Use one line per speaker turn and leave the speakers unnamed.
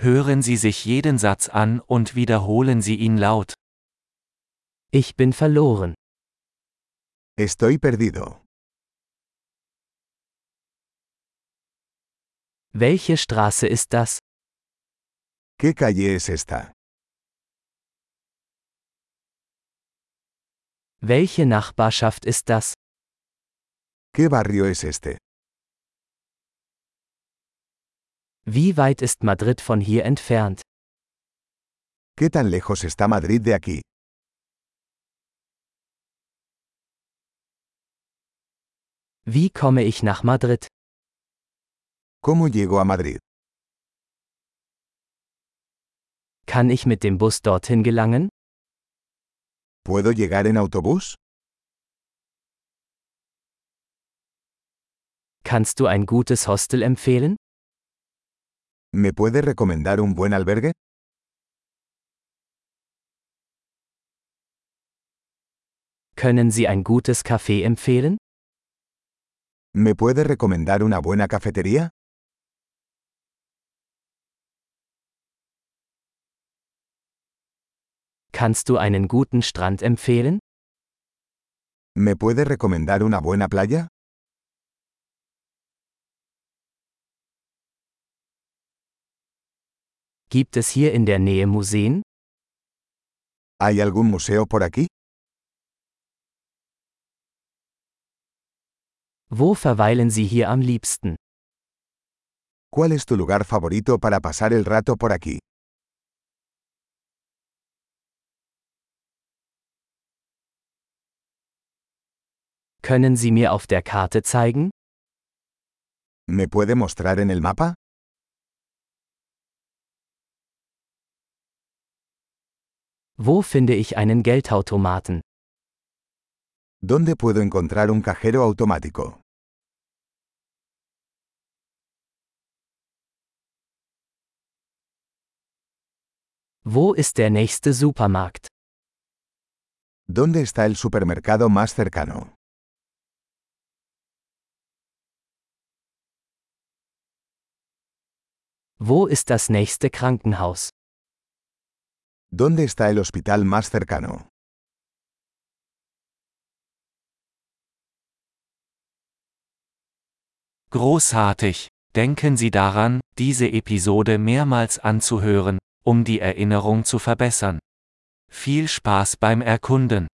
Hören Sie sich jeden Satz an und wiederholen Sie ihn laut.
Ich bin verloren.
Estoy perdido.
Welche Straße ist das?
¿Qué calle es esta?
Welche Nachbarschaft ist das?
¿Qué barrio es este?
Wie weit ist Madrid von hier entfernt?
¿Qué tan lejos está Madrid de aquí?
Wie komme ich nach Madrid?
¿Cómo llego a Madrid?
Kann ich mit dem Bus dorthin gelangen?
¿Puedo llegar en autobús?
Kannst du ein gutes Hostel empfehlen?
¿Me puede recomendar un buen albergue?
Können Sie ein gutes Café empfehlen?
¿Me puede recomendar una buena cafetería?
Kannst du einen guten Strand empfehlen?
¿Me puede recomendar una buena playa?
Gibt es hier in der Nähe Museen?
¿Hay algún museo por aquí?
Wo verweilen Sie hier am liebsten?
¿Cuál es tu lugar favorito para pasar el rato por aquí?
Können Sie mir auf der Karte zeigen?
¿Me puede mostrar en el mapa?
Wo finde ich einen Geldautomaten?
¿Dónde puedo encontrar un cajero automático?
Wo ist der nächste Supermarkt?
¿Dónde está el supermercado más cercano?
Wo ist das nächste Krankenhaus?
¿Dónde está el hospital más cercano?
Großartig! Denken Sie daran, diese Episode mehrmals anzuhören, um die Erinnerung zu verbessern. Viel Spaß beim Erkunden!